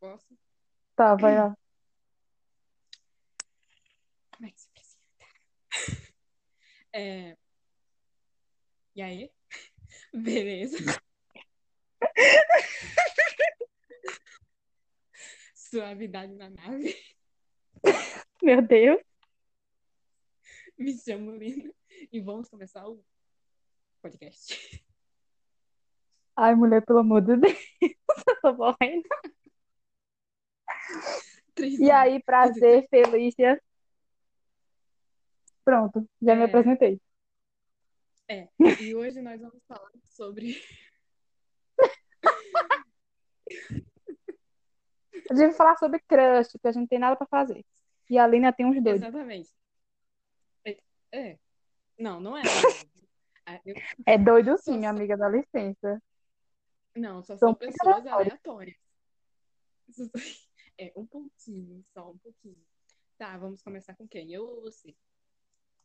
posso? Tá, vai lá. Como é que se apresenta? É... E aí? Beleza. Suavidade na nave. Meu Deus. Me chamo Lina e vamos começar o podcast. Ai, mulher, pelo amor de Deus. Eu tô morrendo. Três E aí, prazer, Felícia. Pronto, já me É. apresentei. anos. E hoje nós vamos falar sobre. Eu devia falar sobre crush, porque a gente não tem nada pra fazer. E a Lina tem uns dois. Exatamente. É- É. Não, não é. Ah, eu- É doido Só sim, minha sei. amiga, dá licença. Não, só São são muito pessoas aleatórias. aleatórias. É, um pouquinho, só um pouquinho. Tá, vamos começar com quem? Eu ou você?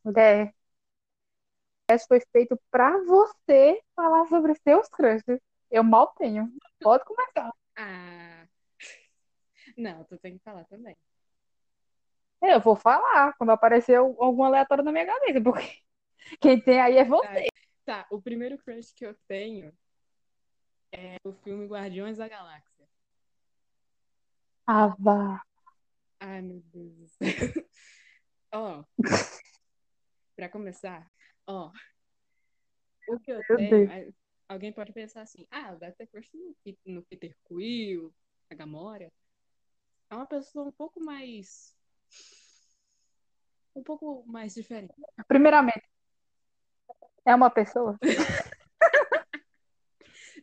Mulher, esse podcast É. foi feito pra você falar sobre seus crushes. Eu mal tenho. Pode começar. Ah. Não, tu tem que falar também. Eu vou falar quando aparecer algum aleatório na minha cabeça, porque quem tem aí é você. Tá, o primeiro crush que eu tenho é o filme Guardiões da Galáxia. Ah, vá. Ai, meu Deus do céu. Ó, pra começar, ó, o que eu Meu tenho, Deus. aí alguém pode pensar assim, ah, deve ter crush no, Pe- no Peter Quill, a Gamora. É uma pessoa um pouco mais, um pouco mais diferente. Primeiramente, é uma pessoa?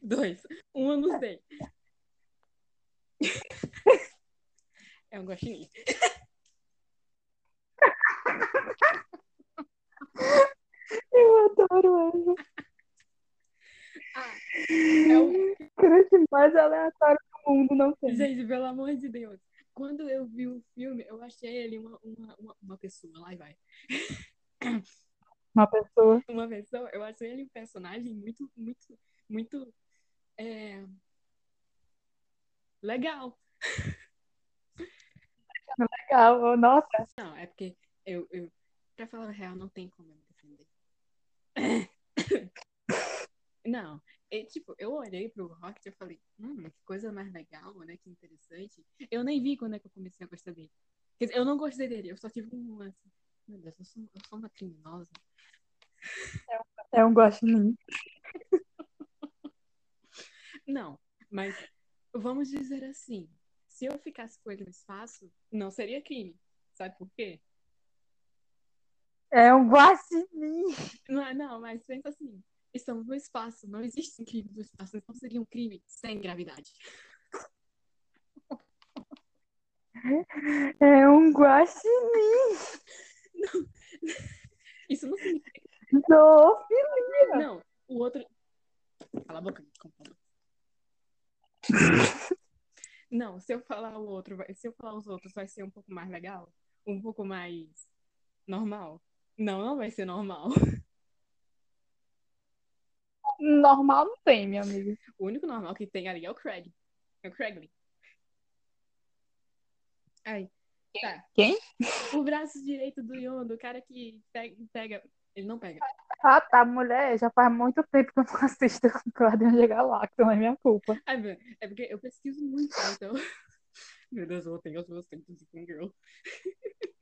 Dois, um eu não sei. É um guaxinim. Eu adoro ela. Ah, é o Crush mais aleatório é do mundo não tem. Gente, pelo amor de Deus. Quando eu vi o filme, eu achei ele uma, uma, uma, uma pessoa, lá vai. Uma pessoa. Uma pessoa, eu achei ele um personagem muito, muito, muito é, legal. Legal. ó, Nossa. Não, é porque eu, eu pra falar a real, não tem como eu me defender. Não, é tipo, eu olhei pro Rocket e eu falei, hum, que coisa mais legal, né? Que interessante. Eu nem vi quando é que eu comecei a gostar dele. Quer dizer, eu não gostei dele, eu só tive um lance. Meu Deus, eu sou, eu sou uma criminosa. É um guaxinim. Não, mas vamos dizer assim, se eu ficasse com ele mais fácil, não seria crime. Sabe por quê? É um guaxinim. Não, é- não, mas pensa assim, estamos no espaço, não existe crime no espaço, então seria um crime sem gravidade. É um guaxinim. Isso não significa. Nossa. Não, o outro. Cala a boca, computador. Não, se eu falar o outro, vai- se eu falar os outros, vai ser um pouco mais legal? Um pouco mais normal? Não, não vai ser normal. Normal não tem, minha amiga. O único normal que tem ali é o Craig. É o Craigley. Ai, tá. Quem? O braço direito do Yondo, o cara que pe- pega. Ele não pega. Ah, tá, mulher. Já faz muito tempo que eu não assisto Guardiões da Galáxia, não é minha culpa. Ai, meu, é porque eu pesquiso muito, então. Meu Deus, eu voltei aos meus tempos de Teen Girl.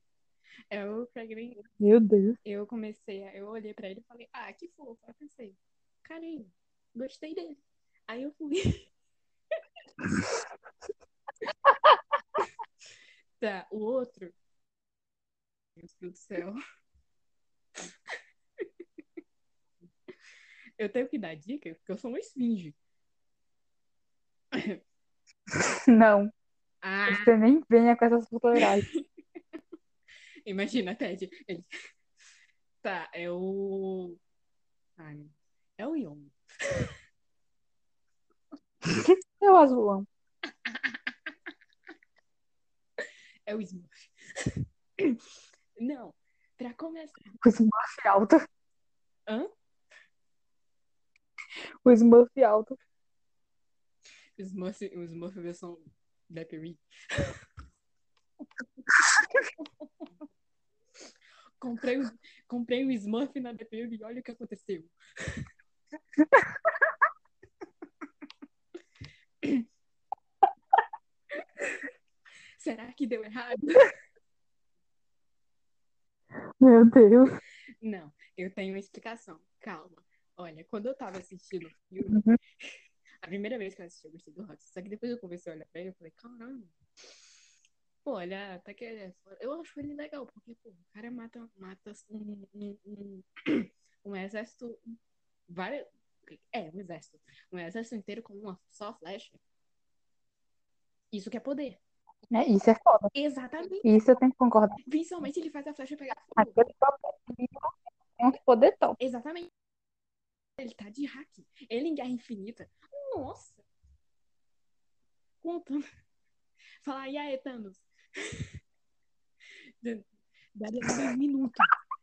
É o Craigley. Meu Deus. Eu comecei, a, eu olhei pra ele e falei, ah, que fofo. Aí eu pensei, carinho, gostei dele. Aí eu fui. tá, o outro. Meu Deus do céu. Eu tenho que dar dica, porque eu sou uma esfinge. Não. Ah, Você nem venha com essas futuridades. imagina, Ted. Ele- Tá, é o. Ai, meu- é o Young. É o azulão. É o Smurf. Não, pra começar. O Smurf alto. Hã? O Smurf alto. Smurf, o Smurf versão Black Reed. comprei, o- comprei o Smurf na DPU e olha o que aconteceu. Será que deu errado? Meu Deus. Não, eu tenho uma explicação. Calma. Olha, quando eu tava assistindo o filme, Uhum. a primeira vez que eu assisti, eu gostei do Hudson. Só que depois eu comecei a olhar pra ele e falei, caramba. Pô, olha, até que ele é foda. Eu acho ele legal, porque, pô, o cara mata, mata um, um, um, um exército. Várias, é, um exército. Um exército inteiro com uma só flecha. Isso que é poder. É, isso é foda. Exatamente. Isso eu tenho que concordar. Principalmente ele faz a flecha pegar fogo. Aquele papel é um poder top. Exatamente. Ele tá de hack. Ele em Guerra Infinita. Nossa! Contando. Falar, e aí, Thanos? Da- Daria dois minutos. um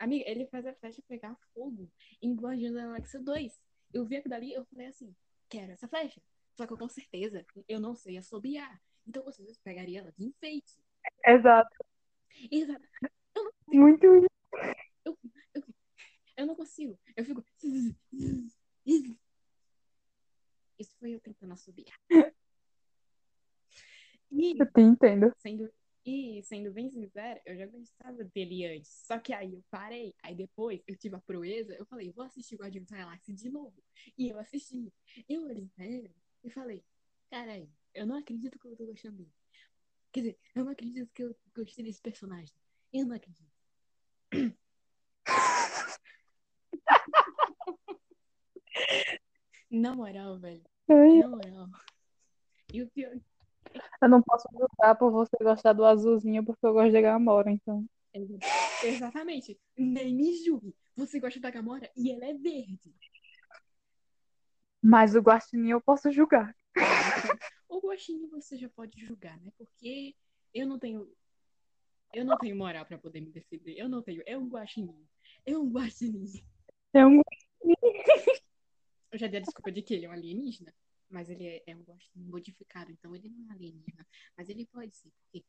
Amiga, ele faz a flecha pegar fogo em Guardiões da Galáxia 2. Eu vi aquilo dali, eu falei assim, quero essa flecha. Só que eu com certeza, eu não sei assobiar. Então, com certeza, eu pegaria ela de enfeite. Exato. Exato. Muito isso. Eu não consigo. Eu fico. Isso foi eu tentando assobiar. E Eu te entendo. sendo, e sendo bem sincera, eu já gostava dele antes. Só que aí eu parei. Aí depois eu tive a proeza. Eu falei, vou assistir Guardiões da Galáxia de novo. E eu assisti. Eu olhei pra ele e falei, caralho, eu não acredito que eu tô gostando dele. Quer dizer, eu não acredito que eu gostei desse personagem. Eu não acredito. Na moral, velho. Ai, Na moral. E o pior. Eu não posso julgar por você gostar do azulzinho porque eu gosto de Gamora, então. Exatamente. Nem me julgue. Você gosta da Gamora e ela é verde. Mas o Guaxinim eu posso julgar. O gostinho você já pode julgar, né? Porque eu não tenho. Eu não tenho moral pra poder me defender. Eu não tenho. É um guaxinim. É um guaxinim. É um Eu já dei a desculpa de que ele é um alienígena. Mas ele é, é um guaxinim modificado. Então ele não é alienígena. Mas ele pode ser. Porque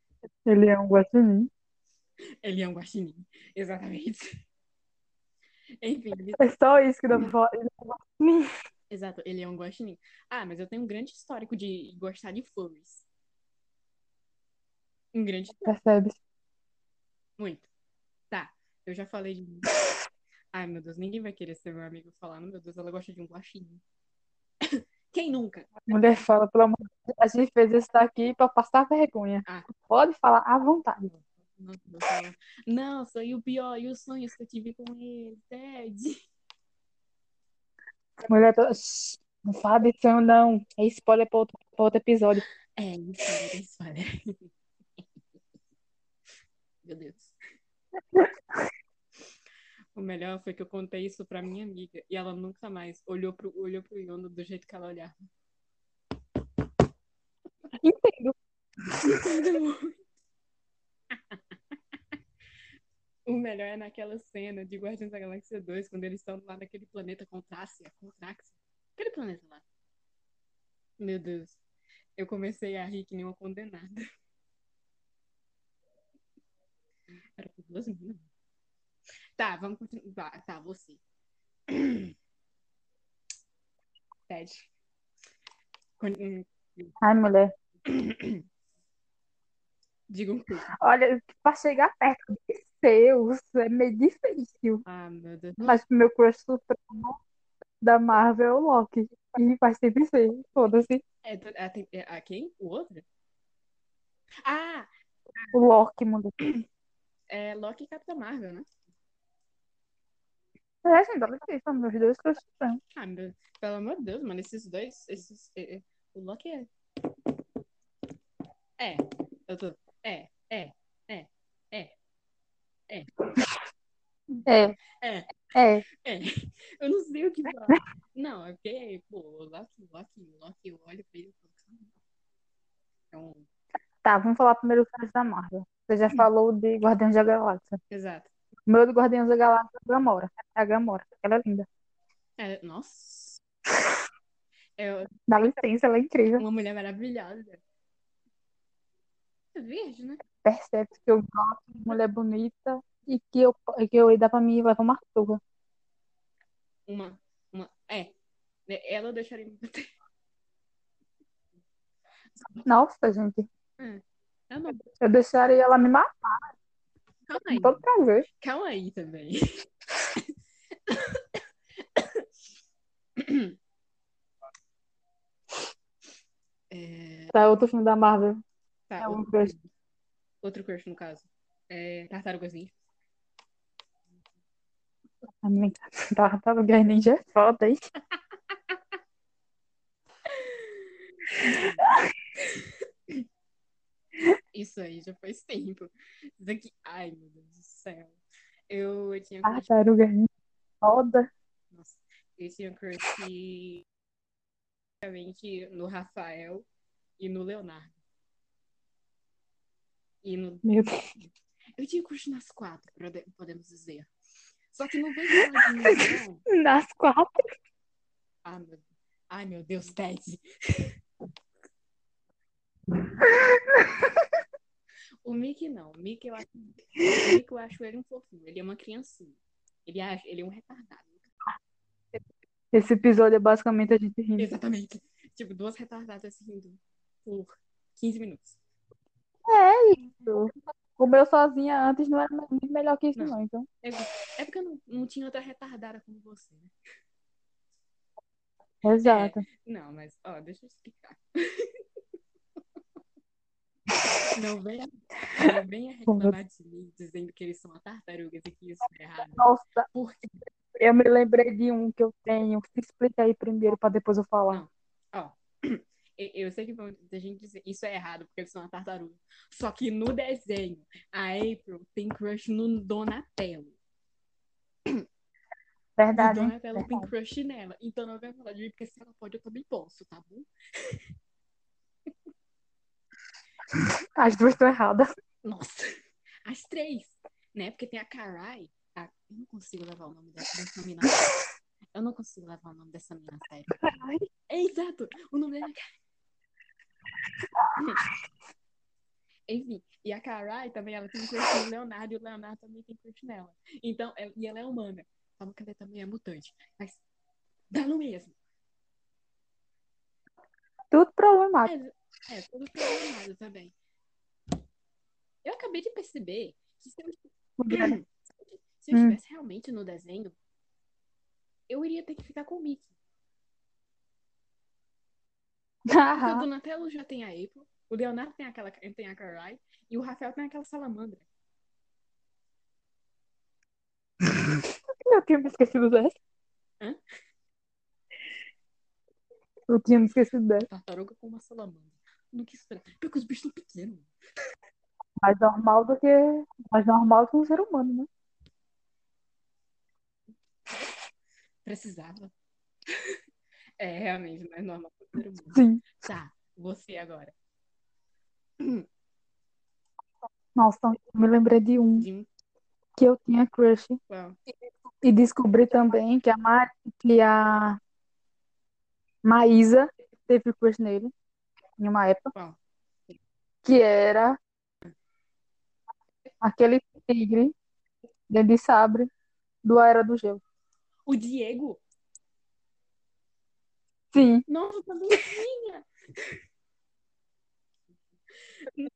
Ele é um guaxinim. ele é um guaxinim. Exatamente. Enfim, ele- É só isso que dá pra falar. Ele é um guaxinim. exato. Ele é um guaxinim. Ah, mas eu tenho um grande histórico de gostar de flores. Um grande Percebe? Muito. Tá, eu já falei de. Ai, meu Deus, ninguém vai querer ser meu amigo falando, meu Deus, ela gosta de um guaxinim. Quem nunca? Mulher fala, pelo amor de Deus, a gente fez isso daqui pra passar vergonha. Ah. Pode falar à vontade. Não, não, fala. Nossa, e o pior, e os sonhos que eu tive com ele, Ted? Mulher, pelo- Shhh, não fala disso não. É spoiler pra outro, pra outro episódio. É, isso é isso é. Meu Deus. O melhor foi que eu contei isso pra minha amiga e ela nunca mais olhou pro, olhou pro Yondo do jeito que ela olhava. Entendo. O melhor é naquela cena de Guardiões da Galáxia 2, quando eles estão lá naquele planeta Contrácia, Contráxia. Aquele planeta lá. Meu Deus. Eu comecei a rir que nem uma condenada. Era por duas meninas. Tá, vamos continuar. Tá, você. Ted. Con- hum, Ai, mulher. Diga um coisa. Olha, pra chegar perto de seus é meio difícil. Ah, meu Deus. Mas meu crush supremo da Marvel é o Loki. E vai sempre ser. Foda-se. É, do- a, tem- é, a quem? O outro? Ah, O Loki, mulher. é Loki e Capitão Marvel, né? É, gente, olha isso. São meus dois crushes supremos. Ah, meu, pelo amor de Deus, mano, esses dois, esses, é, é, o Loki é... É, eu tô... É, é, É, é, é. é. Eu não sei o que falar. Não, é porque, pô, o Loki, o Loki, o Loki, eu olho pra ele e falo, "Caramba." é um... Tá, vamos falar primeiro o crush da Marvel. Você já falou de Guardiões da Galáxia. Exato. O meu do Guardiões da Galáxia é a Gamora. É a Gamora. Ela é linda. É, nossa. É Dá licença, ela é incrível. uma mulher maravilhosa. É verde, né? Percebe que eu gosto de mulher bonita e que eu, que eu dá pra mim levar uma surra. Uma, uma. É. Né, Ela eu deixaria me bater. Nossa, gente. Tá bom. Eu deixaria ela me matar Calma com aí. todo prazer. Calma aí também. É, Tá, outro filme da Marvel. tá, É um outro, crush. outro crush, no caso. É, Tartarugas Ninja. A minha Tartaruga Ninja é foda, hein? Isso aí já faz tempo. Isso aqui. Ai, meu Deus do céu. Eu, eu Ah, tinha crush. Tartaruga Ninja é foda. Nossa, eu tinha crush basicamente no Rafael e no Leonardo. E no Meu Deus. Eu tinha curso nas quatro, prode- podemos dizer. Só que não veio falar de mim, não. Nas quatro. Ah, meu... Ai, meu Deus, Ted. o Mickey não. O Mickey eu acho, o Mickey, eu acho ele um fofinho. Ele é uma criancinha. Ele, acha... ele é um retardado. Esse episódio é basicamente a gente rindo. Exatamente. Tipo, duas retardadas rindo por 15 minutos. O meu sozinha antes não era muito melhor que isso, Não. não, então. É, é porque eu não, não tinha outra retardada como você, né? Exato. Não, mas, ó, deixa eu explicar. Não venha, não venha reclamar de mim dizendo que eles são a tartarugas e que isso é errado. Nossa, Porque, eu me lembrei de um que eu tenho. Se explica aí primeiro pra depois eu falar. ó, eu- eu sei que vão a gente dizer isso é errado porque eles são a tartaruga. Só que no desenho, a April tem crush no Donatello. E o É Verdade, hein? Donatello tem é crush nela. Então não venha falar de mim porque se ela pode, eu também posso, tá bom? As duas estão erradas. Nossa, as três, né? Porque tem a Karai. a- Eu não consigo levar o nome dessa, dessa mina. Eu não consigo levar o nome dessa mina a sério. Ai, É exato, o nome dela é Karai. Enfim, e a Karai também, ela tem um crush no Leonardo e o Leonardo também tem crush nela. Então, é- e ela é humana. Falam que ela também é mutante. Mas dá no mesmo. tudo problemático. É, é tudo programado também. Eu acabei de perceber que se eu Se eu Hum. estivesse realmente no desenho, eu iria ter que ficar com o Mickey. Porque o Donatello já tem a April, o Leonardo tem, aquela, tem a Karai e o Rafael tem aquela salamandra. Eu tinha me esquecido dessa. Hã? Eu tinha me esquecido dessa. Tartaruga com uma salamandra. No que esperar? Porque os bichos são pequenos. Mais normal do que. Mais normal do que um ser humano, né? Precisava. É realmente mais normal que o ser humano. Sim. Tá, você agora. Nossa, eu me lembrei de um De um que eu tinha crush. qual? E descobri também que a, Ma... que a Maísa teve crush nele em uma época. Qual? Que era aquele tigre de sabre do Era do Gelo. O Diego? Sim, Nossa, tá bom.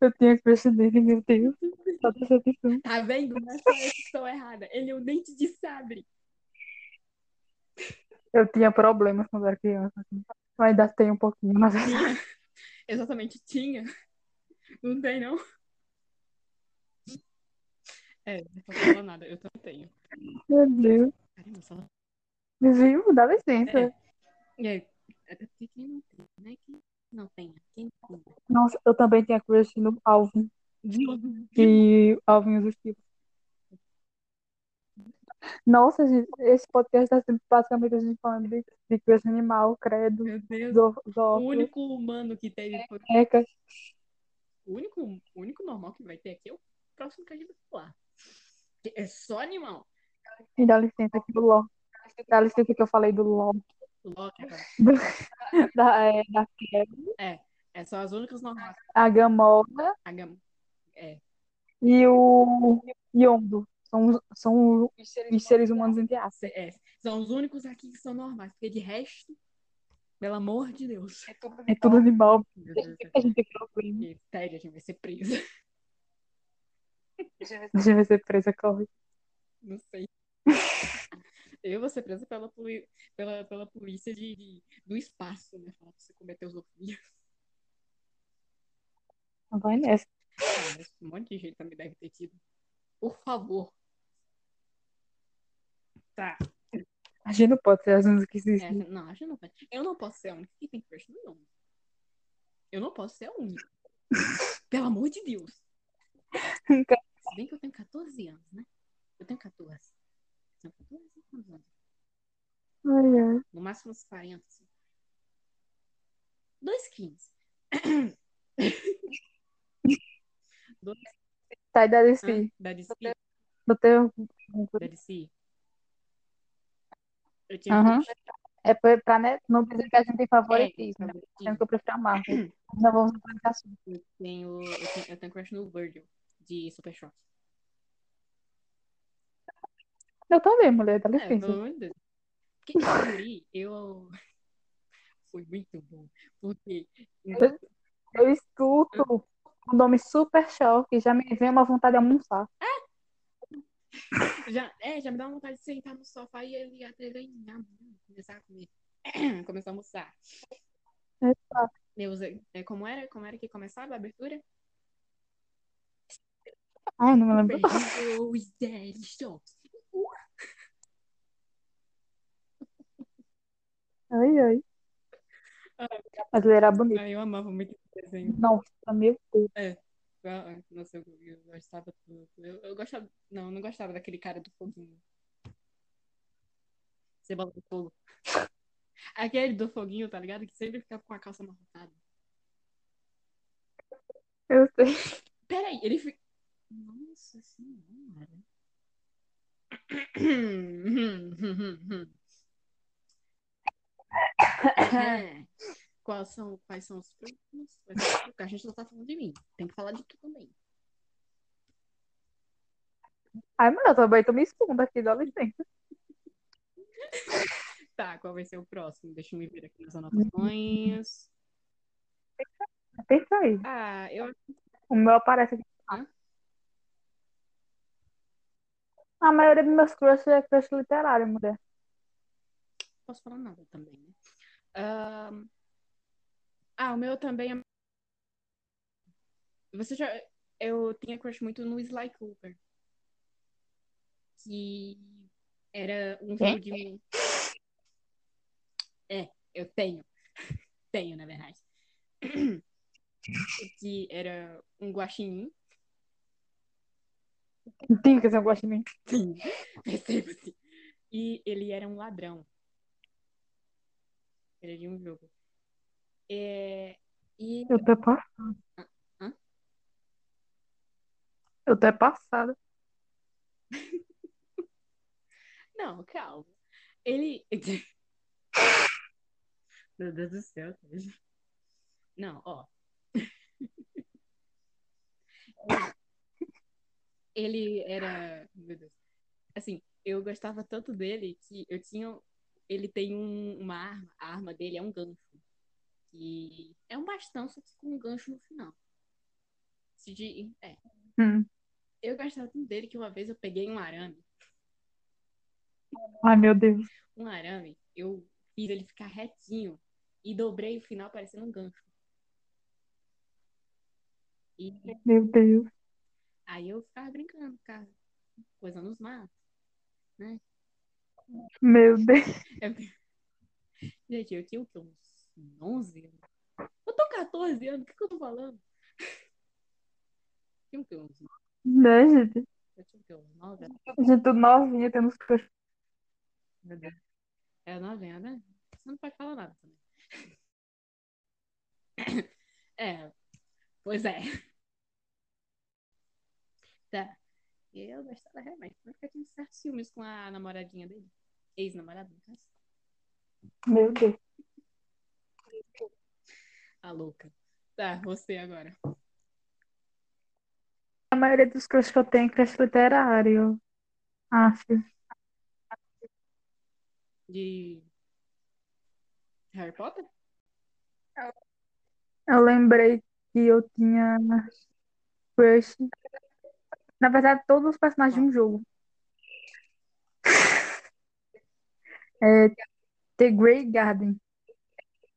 eu tinha crush nele, meu Deus. Só decepção. Tá vendo? Mas só eu que estou errada. Ele é o dente de sabre. Eu tinha problemas quando era criança. assim. Eu ainda tenho um pouquinho, na verdade. Tinha. Exatamente, tinha. Não tem, não? É, não tô falando nada, eu também tenho. Meu Deus. Caramba, só. Viu? Dá licença. É. E aí, até É, porque quem não tem, né? Quem não tem? Quem não tem? Nossa, eu também tinha crush no Alvin. Diogo. Que Alvin usa os tipos. Nossa, gente, esse podcast tá sendo basicamente a gente falando de, de crush animal, credo, Meu Deus. zo- O zoófilo, único humano que teve. foi- eca. O único, o único normal que vai ter aqui é o próximo que a gente vai falar. Que É só animal. Me dá licença aqui do LOL. Dá licença que eu falei do LOL. Loki agora. Da, é, da Kevin, É só as únicas normais. a Gamora A gam- É. E o Yondo. São, os- são os- Os seres os seres humanos entre aspas. É, são os únicos aqui que são normais, porque de resto, pelo amor de Deus. É tudo É tudo é animal. Meu Por Deus, que a gente tem problema? que tédio, a gente vai ser preso. A gente vai ser presa, corre. Não sei. Eu vou ser presa pela, poli- pela, pela polícia de, de- do espaço, né? Falar pra você cometer zoofilia. Vai nessa. Ah, mas Um monte de gente também deve ter tido. Por favor. Tá. A gente não pode ser as únicas que É, existem. não, acho que não pode. Eu não posso ser a única que tem crush no nome. Eu não posso ser a única. Pelo amor de Deus. Se bem que eu tenho 14 anos, né? Eu tenho 14. Tenho 14 quantos anos? Ai, ai. No máximo uns 40. Assim. 2,15. Tá, e da Hã? DC? Ah, Da DC. Eu tenho... Da DC. Eu tinha Aham. crush. É pra, pra, né, não dizer que a gente tem favoritismo. Eu Sendo tinha- que eu prefiro a Hum. Marvel. Não vamos entrar nesse assunto. eu tenho, eu tenho, eu tenho crush no Virgil, de Super Shock. Eu né? também, mulher, dá É, licença. pelo amor de Deus. Porque eu li, eu. Foi muito bom. Porque. Eu escuto o nome Super Choque, já me vem uma vontade de almoçar. Já, é, já me dá vontade de sentar no sofá e ele ligar a TV e nham, nham, começar a comer. começar a almoçar. Exato. Deus, é, é, como era? Como era que começava a abertura? Ai, eu não me lembro. Superhero is dead, shock. Ai, ai. Mas ele era É bonito. Ai, eu amava muito esse desenho. Nossa, meu Deus. Ah, Nossa, eu, eu gostava do. Eu, eu gostava. Não, eu não gostava daquele cara do foguinho. Cebola do fogo. Aquele do foguinho, tá ligado? Que sempre ficava com a calça amarrotada. Eu sei. Peraí, ele fica. Nossa senhora. É. Quais são, quais são os próximos? Quais são os próximos? A gente não tá falando de mim. Tem que falar de tu também. Ai, mano, eu também tô me expondo aqui, dá licença. Tá, qual vai ser o próximo? Deixa eu me ver aqui nas anotações. Pensa aí. Ah, eu acho O meu aparece aqui. Hã? A maioria dos meus crushes é crush literário, mulher. que não posso falar nada também, né? Ahn, Ah, o meu também é. Você já. Eu tinha crush muito no Sly Cooper. Que era um jogo Tem? de um. É, eu tenho. Tenho, na verdade. Que era um guaxinim. Tem que ser um guaxinim. Sim, perceba-se. E ele era um ladrão. Era de um jogo. É, e Eu tô passada. Hã? Eu tô passada. Não, calma. Ele. Meu Deus do céu, Tejo. Não, ó. Ele era. Meu Deus. Assim, eu gostava tanto dele que eu tinha. Ele tem um- uma arma. A arma dele é um gancho. Que é um bastão, só que com um gancho no final. Se de- É. Hum. Eu gostava tanto dele que uma vez eu peguei um arame. Ai, meu Deus. um arame, eu fiz ele ficar retinho e dobrei o final parecendo um gancho. E Meu Deus. aí eu ficava brincando, ficava coisando os matos. Meu Deus. Gente, eu tinha o quê? Uns 11 anos? Eu tô 14 anos, o que, que eu tô falando? Tinha o quê? Uns nove? Né, gente? Eu tinha o quê? Uns 9 Gente, tô novinha tendo os crushes. Meu Deus. É novena, né? Você não pode falar nada também. É, pois é. Tá. Eu gostava é realmente, porque eu tinha certos ciúmes com a namoradinha dele. Ex-namorada, no caso. Meu Deus. A louca. Tá, você agora. A maioria dos crushes que eu tenho é crush literário. Aff. De Harry Potter? Eu lembrei que eu tinha crush. Na verdade, todos os personagens de um jogo. É The Grey Garden,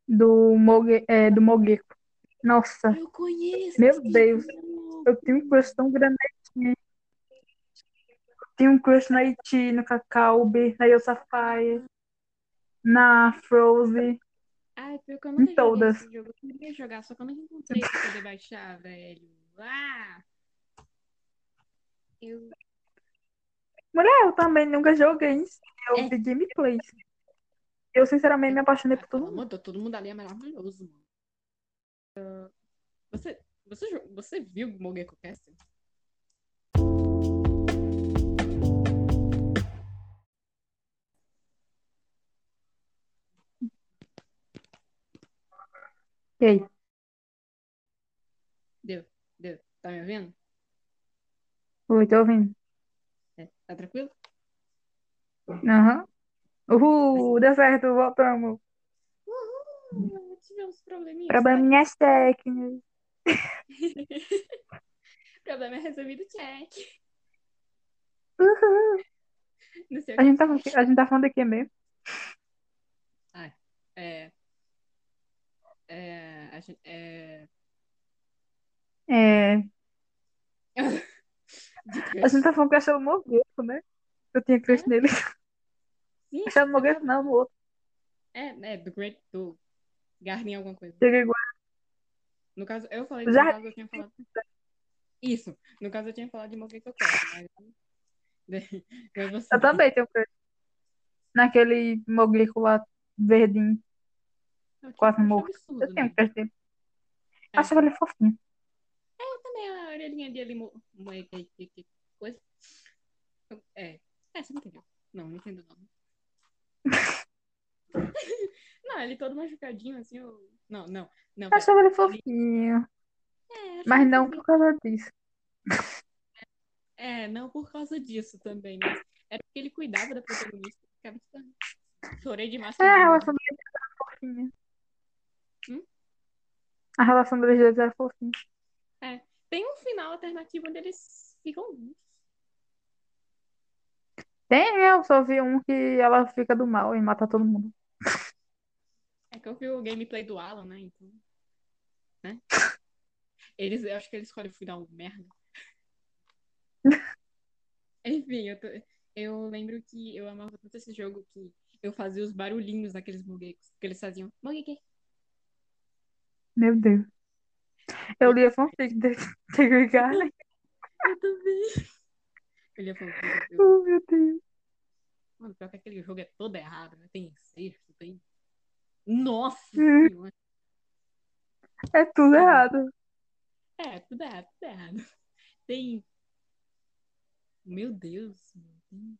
do Moge, é, do Mogeko. Nossa, Eu conheço Ah. Meu esse Deus. jogo. eu tenho um crush tão grande na Iti. Tenho um crush na Iti, no Kakaobi, na Yosafai, na Frozen. Ai, pior que eu nunca joguei todas. esse jogo. Eu queria jogar, só que eu nunca encontrei pra poder baixar, velho. Ah! Eu... Mulher, eu também nunca joguei em si, eu É. vi gameplays. Eu, sinceramente, me apaixonei Ah, por É todo pelo mundo. amor de Deus, todo mundo ali é maravilhoso, mano. Ah, Você, você, jo- você viu Mogeko Castle? E aí? Deu, deu. Tá me ouvindo? Oi, tô ouvindo. É, tá tranquilo? Aham. Uhul, deu certo, voltamos. Uhul! Tivemos probleminhas. Probleminhas técnicas. O problema é resolvido, check. Uhul. Não sei o Uhum. A que. gente tá, a gente tá falando aqui mesmo. É, é, a gente, é, É, de a gente crush. tá falando que eu achei o Mogueco, né? Eu tinha crush Hum? nele. Sim, Achei o eu Mogueco, tava- não, no outro. é, né, do Great, do Garden alguma coisa. Cheguei igual. No caso, eu falei, no Já caso eu tinha falado. Isso, no caso eu tinha falado de Mogeko Castle, mas. Mas você. eu também tenho crush. Naquele Mogueco lá, verdinho, Eu tinha um quase crush morto. Eu absurdo tenho nele. crush dele. É. Achava ele fofinho. Eu também, a orelhinha dele. Mo... mo- é, que- que- que Coisa. É. É, você não entendeu. Não, não entendo não. Não, ele todo machucadinho, assim. Eu... Não, não, não. pera. Achava ele Ele- fofinho. É, acho Mas ele não fofinho. por causa disso. É, não por causa disso também, mas era porque ele cuidava da protagonista. eu Ficava estranho. Chorei demais É, com a ele. relação deles era fofinha. Hum? A relação deles dois era fofinha. Tem um final alternativo onde eles ficam juntos. Tem, eu só vi um que ela fica do mal e mata todo mundo. É que eu vi o gameplay do Alan, né? Então, né? Eles, eu acho que eles escolhem o final um merda. Enfim, eu, tô- eu lembro que eu amava tanto esse jogo que eu fazia os barulhinhos daqueles muguecos que eles faziam. Mugueque. Meu Deus. Eu Eu, li a fanfic de Tigger Garden. eu também. Ele falou, eu, Oh, meu Deus. mano, pior que aquele jogo é todo errado, né? Tem incesto, tem. Nossa Hum, senhora! É tudo errado. É, tudo errado, tudo errado. Tem. Meu Deus, mano, tem-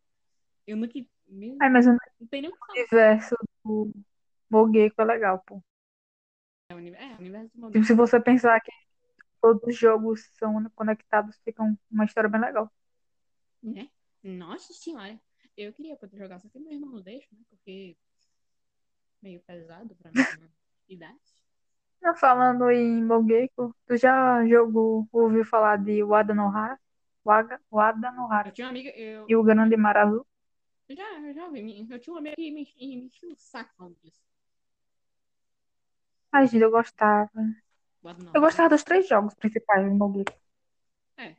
Eu nunca. Meu... Ai, mas o Não tem nem o que falar. universo do Mogueco é legal, pô. É, o uni- é, o universo do Tipo, Mogueco. se você pensar que todos os jogos são conectados, fica um- uma história bem legal. Né? Nossa senhora. Eu queria poder jogar, só que meu irmão não deixa, né? Porque é meio pesado pra minha idade. Não, Tá Falando em Mogueco, tu já jogou, ouviu falar de Wada no Hara? Waga- Wada no Hara Eu tinha uma amiga, eu, e o Grande Mar Azul? eu já, eu já vi, me- eu tinha uma amiga que me, enchi- me enchia o saco falando disso. Ai, gente, eu gostava. Wada no Eu Hara. gostava dos três jogos principais do Mogueco. É,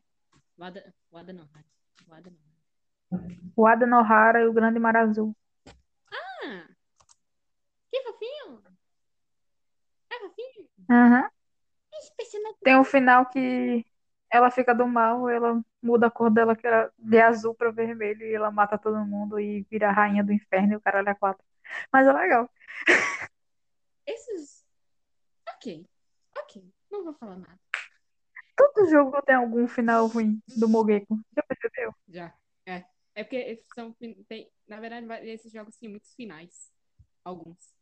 Wada, Wada no Hara. Wada no Hara. Wada no Hara e o Grande Mar Azul. Ah, que fofinho! É fofinho! Aham. É Esse personagem Tem um final que ela fica do mal, ela muda a cor dela que era de azul pra vermelho e ela mata todo mundo e vira a rainha do inferno e o caralho é quatro. Mas é legal. Esses. Ok, ok, não vou falar nada. Todo jogo tem algum final ruim do Mogeko. Já percebeu? Já. É. É porque esses são. fin- Tem, na verdade, vai- esses jogos têm muitos finais. Alguns.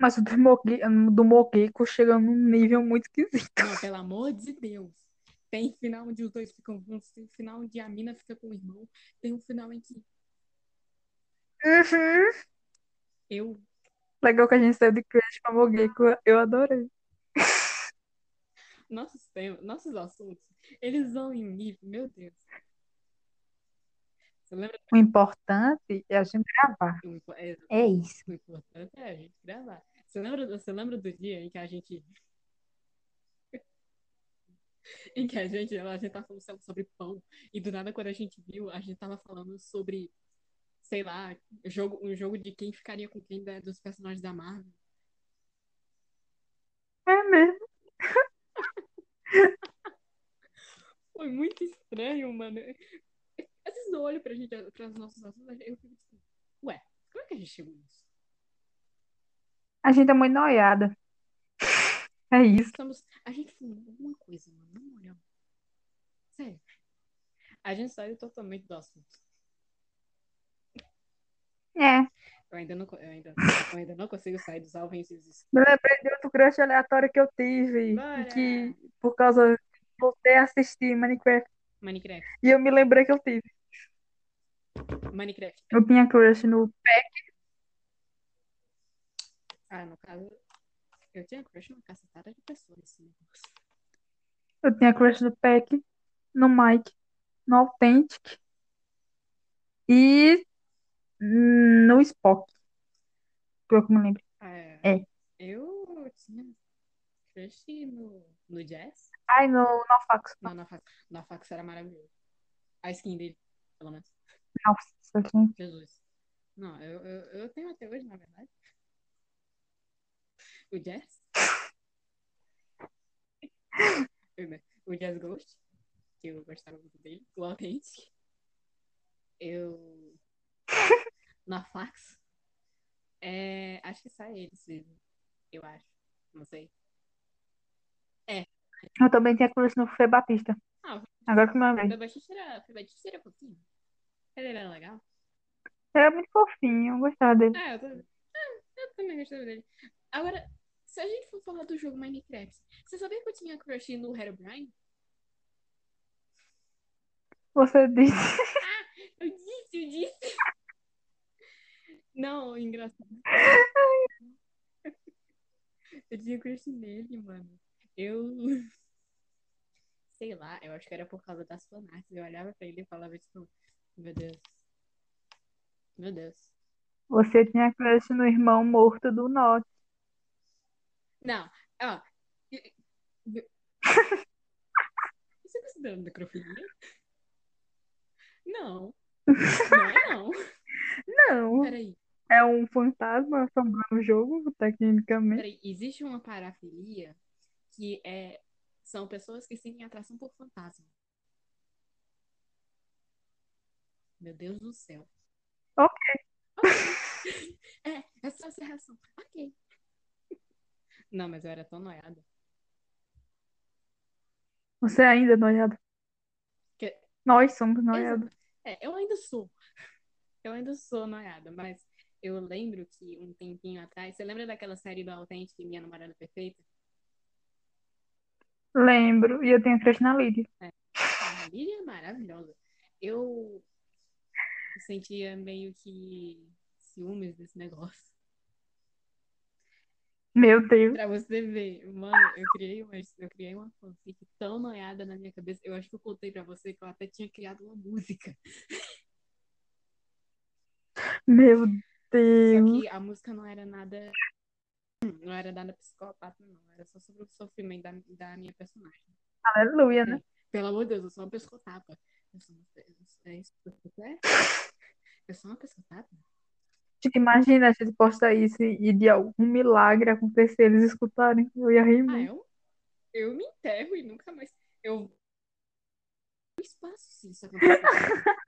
Mas o do Moge- do Mogeko chega num nível muito esquisito. Não, pelo amor de Deus. Tem final onde os dois ficam juntos, tem final onde a mina fica com o irmão, tem um final em que Uhum. eu. Legal que a gente saiu de crush pra Mogeko. Eu adorei. Nossos temas, nossos assuntos, eles vão em nível, meu Deus. Você lembra? O importante é a gente gravar. do- é, É isso. O importante é a gente gravar. Você lembra, você lembra do dia em que a gente. Em que a gente, a gente tava falando sobre pão. E do nada, quando a gente viu, a gente tava falando sobre, sei lá, jogo, um jogo de quem ficaria com quem da- dos personagens da Marvel. É mesmo. Foi muito estranho, mano. Às vezes eu olho pra gente, para os nossos assuntos, eu fico tipo, ué, como é que a gente chegou nisso? A gente é muito noiada. É isso. Estamos, a gente falou alguma coisa, mano, na moral. Sério. A gente saiu totalmente do assunto. É. Eu ainda não, co- eu ainda, eu ainda não consigo sair dos alvens e os es- Me lembrei de outro crush aleatório que eu tive. E Bora! que, por causa. Voltei a assistir Minecraft. Minecraft. E eu me lembrei que eu tive. Minecraft. Eu tinha crush no. Ah, no caso, eu tinha crush uma cacetada de pessoas nesse negócio. Eu tinha crush no Peck, no Mike, no Authentic e hum, no Spock, pelo que eu me lembro. É, É. eu tinha crush no, no Jazz. Ai, no, no Alfax. Não, na Fax, na Fax era maravilhoso. A skin dele, pelo menos. Nossa, gente. Jesus. Não, eu, eu, eu tenho até hoje, na verdade. O Jazz. O Jazz Ghost, que eu gostava muito dele. O Authentic. Eu. Na fax. É, acho que sai ele, sim. Eu acho. Não sei. É. Eu também tinha crush no Fê Batista. Ah, o Agora que eu me lembrei. Febatista era, o Febatista era fofinho. Ele era legal. Ele era muito fofinho, eu gostava dele. Ah, eu, tam- ah, eu também gostava dele. Agora, se a gente for falar do jogo Minecraft, você sabia que eu tinha crush no Herobrine? Você disse. Eu disse, eu disse. Não, engraçado. Eu tinha crush nele, mano. Eu. Sei lá, eu acho que era por causa das fanarts. Eu olhava pra ele e falava, tipo, meu Deus. Meu Deus. Você tinha crush no irmão morto do Norte. Não, ó. e- e- Isso é considerado necrofilia? Não. Não é não. Não, Peraí, é um fantasma assombrando o jogo, tecnicamente. peraí. Existe uma parafilia que é... são pessoas que sentem atração por fantasma. Meu Deus do céu. Ok. É, é só essa reação. Ok. Não, mas eu era tão noiada. Você ainda é noiado. Que- Nós somos noiados. Exato. É, eu ainda sou. Eu ainda sou noiada, mas eu lembro que um tempinho atrás. Você lembra daquela série do Authentic Minha Namorada Perfeita? Lembro. E eu tinha crush na Lidia. A Lilian é maravilhosa. Eu sentia meio que ciúmes desse negócio. Meu Deus. Pra você ver, mano, eu criei uma, eu criei uma fanfic tão noiada na minha cabeça. Eu acho que eu contei pra você que eu até tinha criado uma música. Meu Só Deus. que a música não era nada. Não era nada psicopata, não. Era só sobre o sofrimento da, da minha personagem. Aleluia, né? Pelo amor de Deus, eu sou uma pescotapa. Eu sou uma, é isso que você quer? Eu sou uma pescotapa? Gente, imagina a gente postar isso e de algum milagre acontecer, eles escutarem. Eu ia rir Ah, muito. eu, eu me enterro e nunca mais. Eu vou pro espaço se isso acontecer.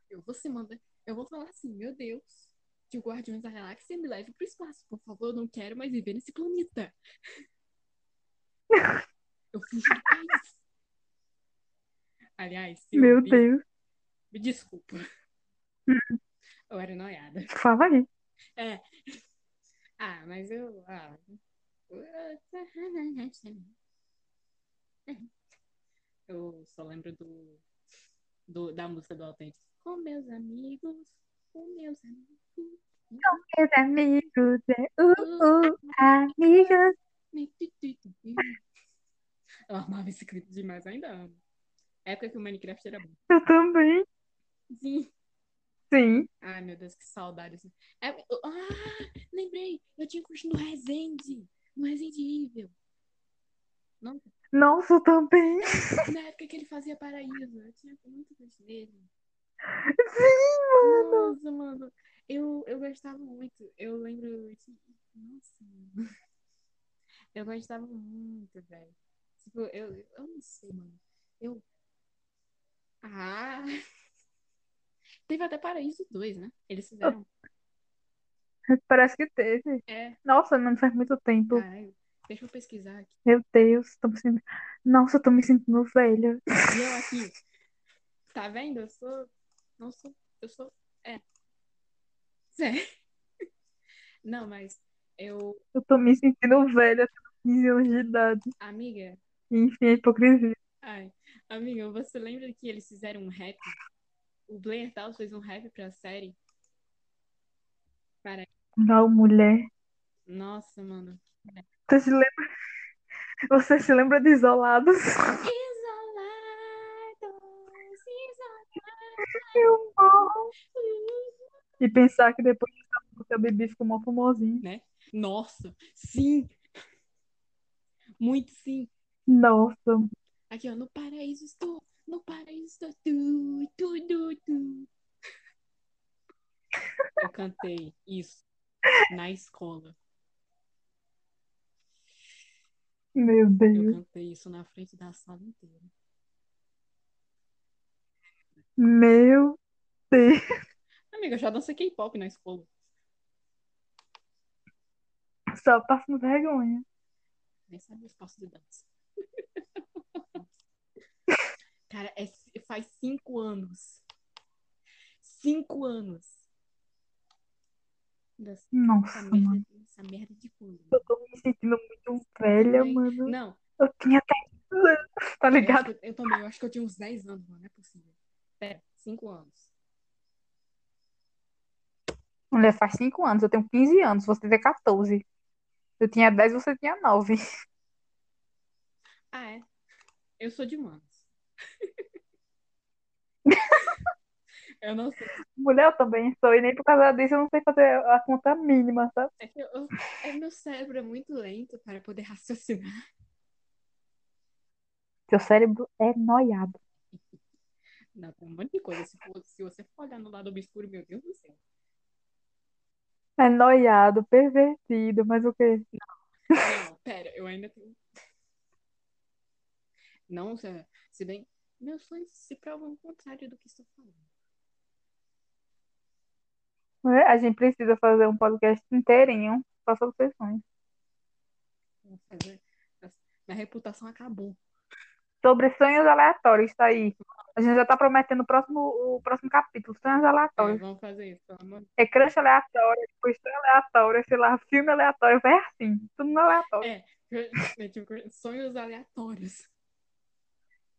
Eu vou se mandar. Eu vou falar assim, meu Deus, que o Guardiões da Galáxia me leve pro espaço. Por favor, eu não quero mais viver nesse planeta. Eu fujo do país. Aliás, se eu Meu vi, Deus. me desculpa. Hum, Eu era noiada. Fala aí. É. Ah, mas eu. Ah, eu Eu só lembro do, do- da música do Autêntico. Com meus amigos, com meus amigos, Meus amigos, é uh, uh, amigos. me tu, tu, tu, tu. Eu amava esse clipe demais, ainda amo. Época que o Minecraft era bom. Eu também. Sim. Sim. Ai, meu Deus, que saudade. assim. É, eu- ah, lembrei, eu tinha curso no Resende, no Resende Evil. Não, Nossa, eu também. na época que ele fazia Paraíso, eu tinha muito curso dele. Sim, mano. Nossa, mano, eu, eu gostava muito, eu lembro, de- nossa, mano. eu gostava muito, velho. Tipo, eu, eu não sei, mano, eu, ah, teve até Paraíso 2, né? Eles fizeram, Parece que teve. é, Nossa, não faz muito tempo. caralho, deixa eu pesquisar aqui. Meu Deus, tô me sentindo... Nossa, eu tô me sentindo velha. E eu aqui, tá vendo? Eu sou. Não sou. Eu sou. É. Sério. Não, mas eu. Eu tô me sentindo velha, com 15 anos de idade. Amiga. Enfim, é hipocrisia. Ai. Amiga, você lembra que eles fizeram um rap? O Blair Taus fez um rap pra série? Para. Não, mulher. Nossa, mano. Você se lembra, você se lembra de Isolados? Isolados, Eu morro. isolados. E pensar que depois dessa música, a Bibi ficou mó famosinha. Nossa, sim. Muito sim. Nossa, Aqui, ó. No paraíso estou. No paraíso estou. Tu, tu, tu, tu. Eu cantei isso na escola. meu Eu Deus. cantei isso na frente da sala inteira. Meu Deus. Amiga, eu já dancei K-pop na escola. Só passando vergonha. Nem sabia os passos de dança. Cara, é, faz cinco anos. Cinco anos. Dessa- Essa Nossa, merda, mano. essa merda de quando. Eu tô me sentindo muito Eu velha, também. mano. Não, Eu tinha 10 anos, eu acho tá ligado? que eu, eu também. Eu acho que eu tinha uns 10 anos, mano. Não é possível. Pera, cinco anos. Mulher, faz 5 anos. Eu tenho 15 anos, você tem 14. Eu tinha 10, você tinha 9. Ah, é. Eu sou de humanos. Eu não sei. Mulher, eu também sou. E nem por causa disso eu não sei fazer a conta mínima, sabe? É que eu, eu- é, meu cérebro é muito lento para poder raciocinar. Seu cérebro é noiado. Não, tem um monte de coisa. Se, for- se você for olhar no lado obscuro, meu Deus do céu. É noiado, pervertido, mas o quê? Não, pera, eu ainda tenho. Não, se se bem. Meus sonhos se provam o contrário do que estou falando. Mulher, A gente precisa fazer um podcast inteirinho só sobre seus sonhos. Vou fazer- Minha reputação acabou. Sobre sonhos aleatórios, tá aí. A gente já tá prometendo o próximo, o próximo capítulo, sonhos É, aleatórios. vamos fazer isso, pelo amor de É crush aleatório, questão aleatória, sei lá, filme aleatório, vai assim, tudo no aleatório. É, eu- eu tive sonhos aleatórios. Se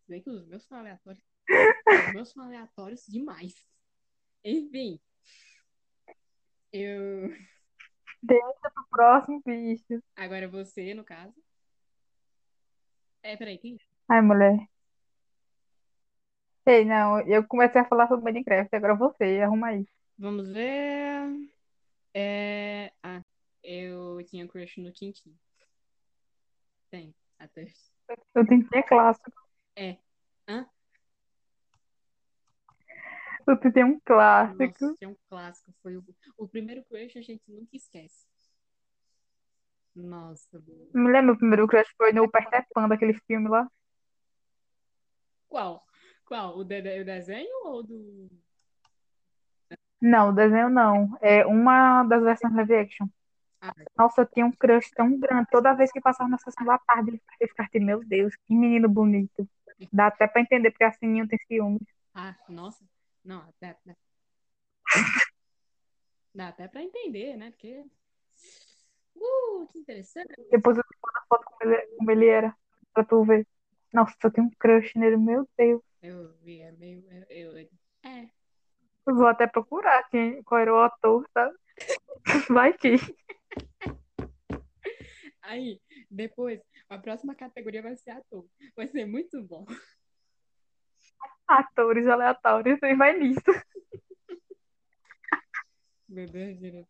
bem que os meus são aleatórios. Os meus são aleatórios demais. Enfim, eu. Deixa pro próximo bicho. Agora você, no caso. É, peraí, quem? Ai, mulher. Ei, não, eu comecei a falar sobre Minecraft, agora você, arruma aí. Vamos ver. É... Ah, eu tinha crush no Tintin. Tem, até. Eu tenho que ter clássico. Né? É. Hã? Eu tenho que ter um clássico. Nossa, é um clássico. Foi o, o primeiro crush, a gente nunca esquece. Nossa, boa. Me lembro, meu primeiro crush foi no Peter Pan, daquele filme lá. Qual? Qual? O, de, o desenho ou do. Não, o desenho não. É uma das versões live action. Ah, Nossa, eu tinha um crush tão grande. Toda vez que passava na sessão da tarde, eu ficava assim, meu Deus, que menino bonito. Dá até pra entender porque a Sininho tem ciúme. ah, nossa. Não, até, dá, dá até pra entender, né? Porque. Uh, que interessante. Depois eu te mando a foto como ele, como ele era, pra tu ver. Nossa, eu tenho um crush nele, meu Deus. Eu vi, é meio. Eu, eu- é. Eu vou até procurar quem, qual era o ator, tá? Vai que. Aí, depois, a próxima categoria vai ser ator. Vai ser muito bom. Atores aleatórios, e vai nisso. Meu Deus, é diretor.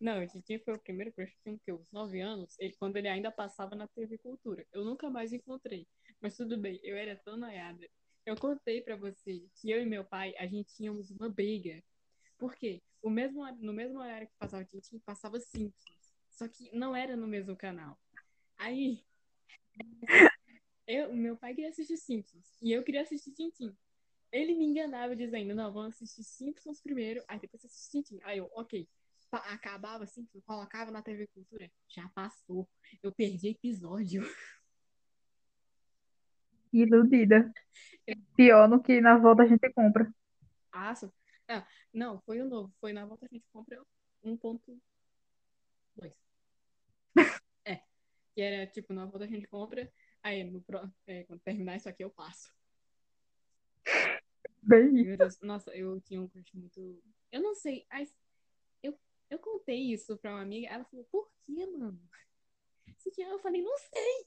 Não, o Titi foi o primeiro crush que eu tinha, que eu, uns 9 anos, ele, quando ele ainda passava na TV Cultura. Eu nunca mais encontrei. Mas tudo bem, eu era tão noiada. Eu contei pra você que eu e meu pai, a gente tínhamos uma briga. Por quê? O mesmo, hor- no mesmo horário que passava Titi, passava Simpsons. Só que não era no mesmo canal. Aí, eu, meu pai queria assistir Simpsons. E eu queria assistir Tintim. Ele me enganava dizendo, não, vamos assistir Simpsons primeiro, aí depois assistir Tintin. Aí eu, ok. Pa- acabava Simpsons, colocava na TV Cultura. Já passou. Eu perdi episódio. Iludida. Pior no que na volta a gente compra. Ah, só- ah, não, foi o novo. Foi na volta a gente compra 1.2. É, que era tipo, na volta a gente compra, aí no, pró- é, quando terminar isso aqui eu passo. Bem isso. Meu Deus, nossa, eu tinha um crush muito... Eu não sei, as- eu, eu contei isso pra uma amiga, ela falou, por que, mano? Você tinha- Eu falei, não sei.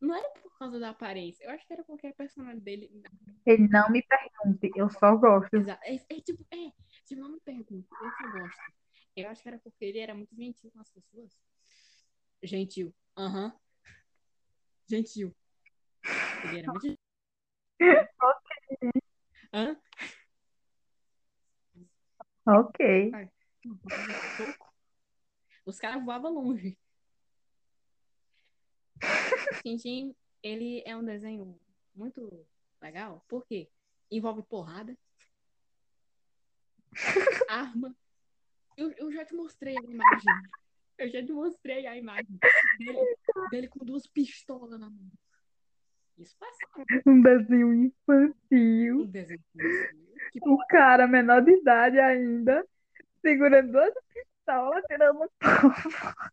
Não era por causa da aparência. Eu acho que era porque a personalidade dele. Ele não me pergunte, eu só gosto. Exato. É, é tipo, é. Tipo, não me pergunta. Eu só gosto. Eu acho que era porque ele era muito gentil com as pessoas. Gentil. Aham. Gentil. Ele era muito. Hã? Ok. Ai, não, vou pegar um soco. Os caras voavam longe. Tintin, ele é um desenho muito legal. Por quê? Envolve porrada, arma. Eu, eu já te mostrei a imagem. Eu já te mostrei a imagem dele, dele com duas pistolas na mão. Isso passava Um desenho um infantil. desenho Tipo, infantil. Que O cara, menor de idade ainda, segurando duas pistolas, tirando um pau.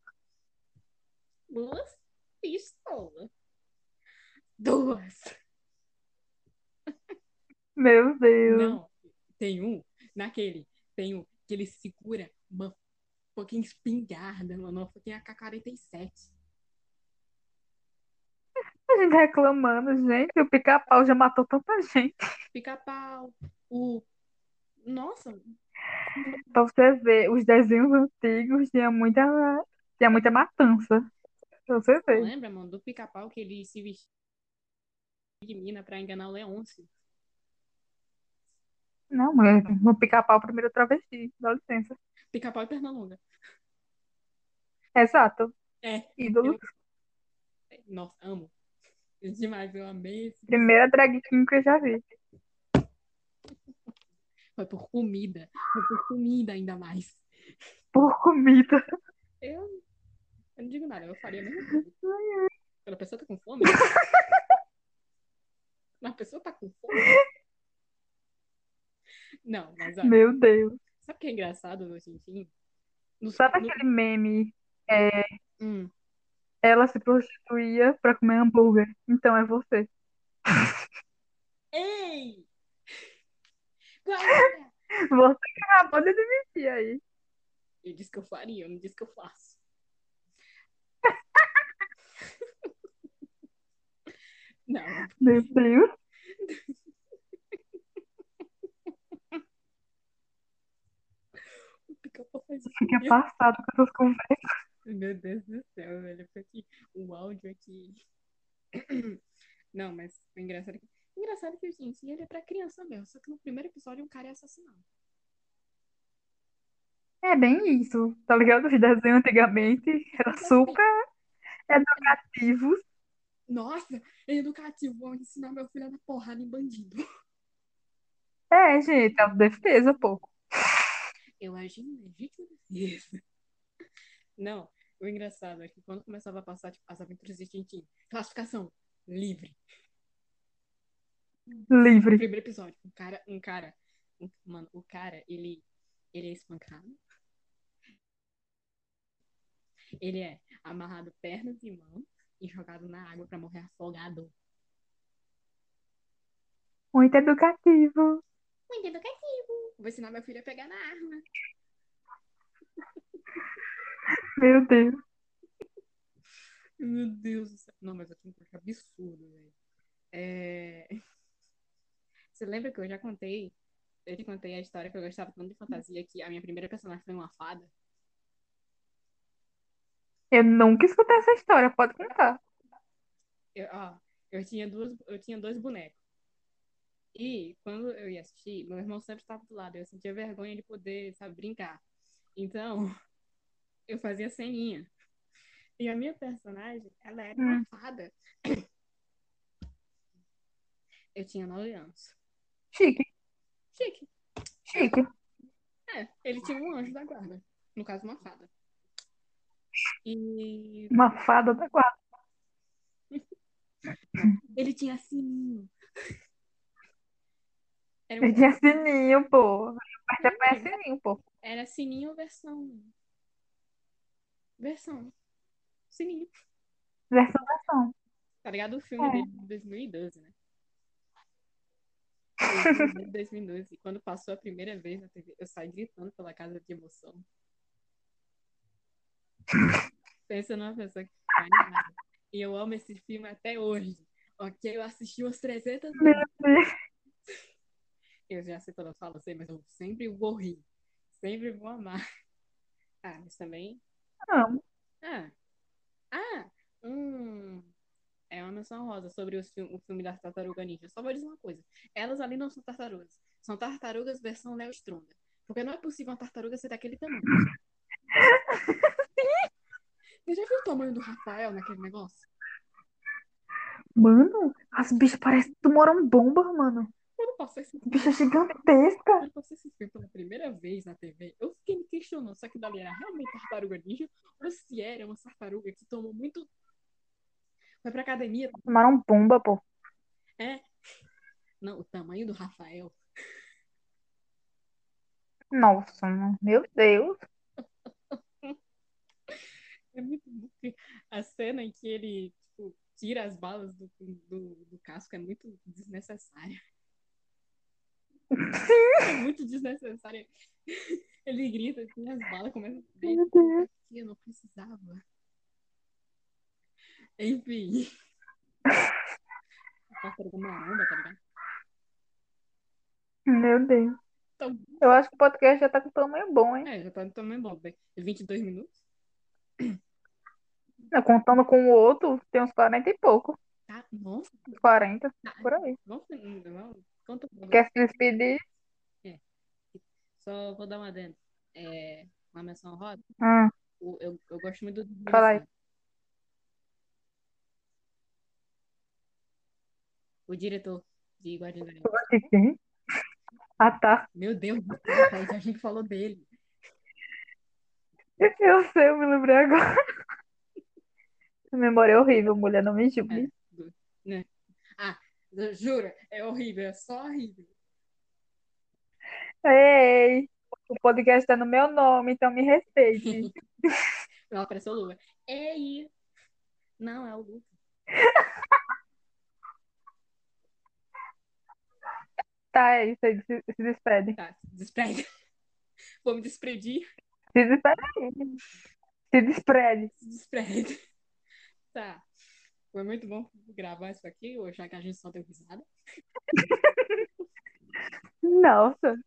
duas pistolas. Duas. Meu Deus. Não, tem um naquele. Tem um que ele segura uma fucking espingarda, mano. Uma fucking AK-47. A gente reclamando, gente. O pica-pau já matou tanta gente. Pica-pau. O. Nossa, Pra você ver, os desenhos antigos tinha muita, tinha muita matança. Pra você não ver. lembra, mano, do pica-pau que ele se vestia de mina pra enganar o Leôncio? Não, mulher, no pica-pau primeiro eu travesti. Dá licença. Pica-pau e Pernalonga. Exato. É, Ídolo. eu. Nossa, amo. Demais, eu amei esse desenho. Primeira drag queen que eu já vi. Foi por comida. Foi por comida ainda mais. Por comida. Eu, eu não digo nada, eu faria a mesma coisa. Quando a pessoa tá com fome, quando a pessoa tá com fome. Não, mas olha, Meu Deus. sabe o que é engraçado no Tintim? Nos, Sabe no, aquele meme? É, hum, ela se prostituía pra comer hambúrguer. Então é você. Ei! Guarda! Você que acabou de admitir aí. Eu disse que eu faria, eu não disse que eu faço. Não, Meu Deus. o pica-pau faz isso Fica mesmo. passado com essas conversas. Meu Deus do céu, velho. Porque o áudio aqui. Não, mas o engraçado é que. o Engraçado é que, gente, ele é pra criança mesmo. Só que no primeiro episódio um cara é assassinado. É bem isso, tá ligado? Os desenhos antigamente eram super educativos. Nossa, é educativo. Vou ensinar meu filho a dar porrada em bandido. É, gente, autodefesa, pô. Eu agi em legítima defesa. Não, o engraçado é que quando começava a passar tipo, as aventuras de Tintin, classificação livre. Livre. Primeiro episódio, um cara, um cara, um- mano, o cara, ele, ele é espancado, ele é amarrado pernas e mãos e jogado na água pra morrer afogado. Muito educativo. Muito Um educativo. Vou ensinar meu filho a pegar na arma. Meu Deus. Meu Deus do céu. Não, mas eu tenho um absurdo, velho. É... Você lembra que eu já contei? Eu te contei a história que eu gostava tanto de fantasia que a minha primeira personagem foi uma fada. Eu nunca escutei essa história, pode contar. Eu, ó, eu tinha duas, eu tinha dois bonecos. E quando eu ia assistir, meu irmão sempre estava do lado. Eu sentia vergonha de poder, sabe, brincar. Então, eu fazia ceninha. E a minha personagem, ela era uma Hum. fada. Eu tinha nove anos. Chique, Chique. chique. É, ele tinha um anjo da guarda. No caso, uma fada. E Uma fada da guarda. ele tinha sininho. Era Eu um tinha sininho, pô. Mas já sininho. conhece sininho, pô. Era sininho versão. Versão. Sininho. Versão versão. Tá ligado? O filme É. dele de 2012, né? O filme dele de 2012. E quando passou a primeira vez na TV, eu saí gritando pela casa de emoção. Pensa numa pessoa que fica animada. E eu amo esse filme até hoje. Ok, eu assisti umas 300 Meu vezes. Deus. Eu já sei toda fala, sei, mas eu sempre vou rir. Sempre vou amar. Ah, mas também. Amo. Ah, ah, hum. É uma menção rosa sobre os fil- o filme das tartarugas ninja. Só vou dizer uma coisa. Elas ali não são tartarugas. São tartarugas versão Léo Stronda. Porque não é possível uma tartaruga ser daquele tamanho. Você já viu o tamanho do Rafael naquele negócio? Mano, as bichas parecem que tomaram bomba, mano. Quando passou esse filme, Bicha gigantesca. quando passou esse filme pela primeira vez na TV, eu fiquei me questionando se aquilo ali era realmente tartaruga ninja ou se era uma tartaruga que tomou muito. Foi pra academia. Tomaram bomba, pô. É. Não, o tamanho do Rafael. Nossa, mano. Meu Deus. É muito bom que a cena em que ele, tipo, tira as balas do, do, do casco é muito desnecessária. É muito desnecessária. Ele grita, tira as balas, começa a ver. Meu Deus. Pra quê? Eu não precisava. Enfim. A tartaruga maromba, tá ligado? Meu Deus. Então, Eu acho que o podcast já tá com tamanho bom, hein? é, já tá também bom. bem, 22 minutos? Eu Contando com o outro, tem uns 40 e pouco. Tá, nossa. Uns 40, Tá. por aí. Vamos, vamos. Conta logo. Quer se despedir? É, Só vou dar uma adendo. É, uma menção rosa. Ah, Eu, eu, eu gosto muito do Didi fala aí. Santos. O diretor de Guardiões da Galáxia. De quem? Ah, tá. Meu Deus do céu, Thaís, a gente falou dele. Eu sei, eu me lembrei agora. Essa memória é horrível, mulher, não me É, julgue. do- né? Ah, eu juro, é horrível, é só horrível. Ei, o podcast tá no meu nome, então me respeite. Ela apareceu Lua. Ei! Não, é o Luca. Tá, é isso aí, se, se despede. Tá, se despede. Vou me despedir. Se despede aí. Se despede. Se despede. Tá. Foi muito bom gravar isso aqui, hoje, já que a gente só deu risada. Nossa,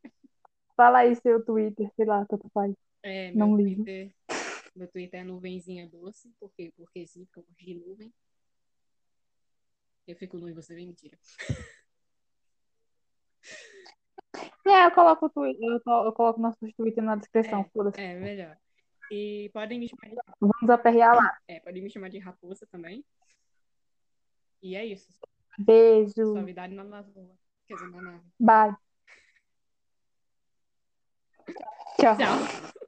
fala aí seu Twitter, sei lá, tanto faz. É, meu Não ligo. Twitter, meu Twitter é nuvenzinha doce. Por quê? Porque sim, porque eu gosto de nuvem. Eu fico nu e você vem, mentira. É, eu coloco o Twitter, eu, colo- eu coloco nossos Twitter na descrição, É, foda-se. é melhor. E podem me chamar de, Vamos aperrear lá. é, podem me chamar de raposa também. E é isso. Beijo. Suavidade na lavoura. Quer dizer, na nave. Bye. Tchau. Tchau.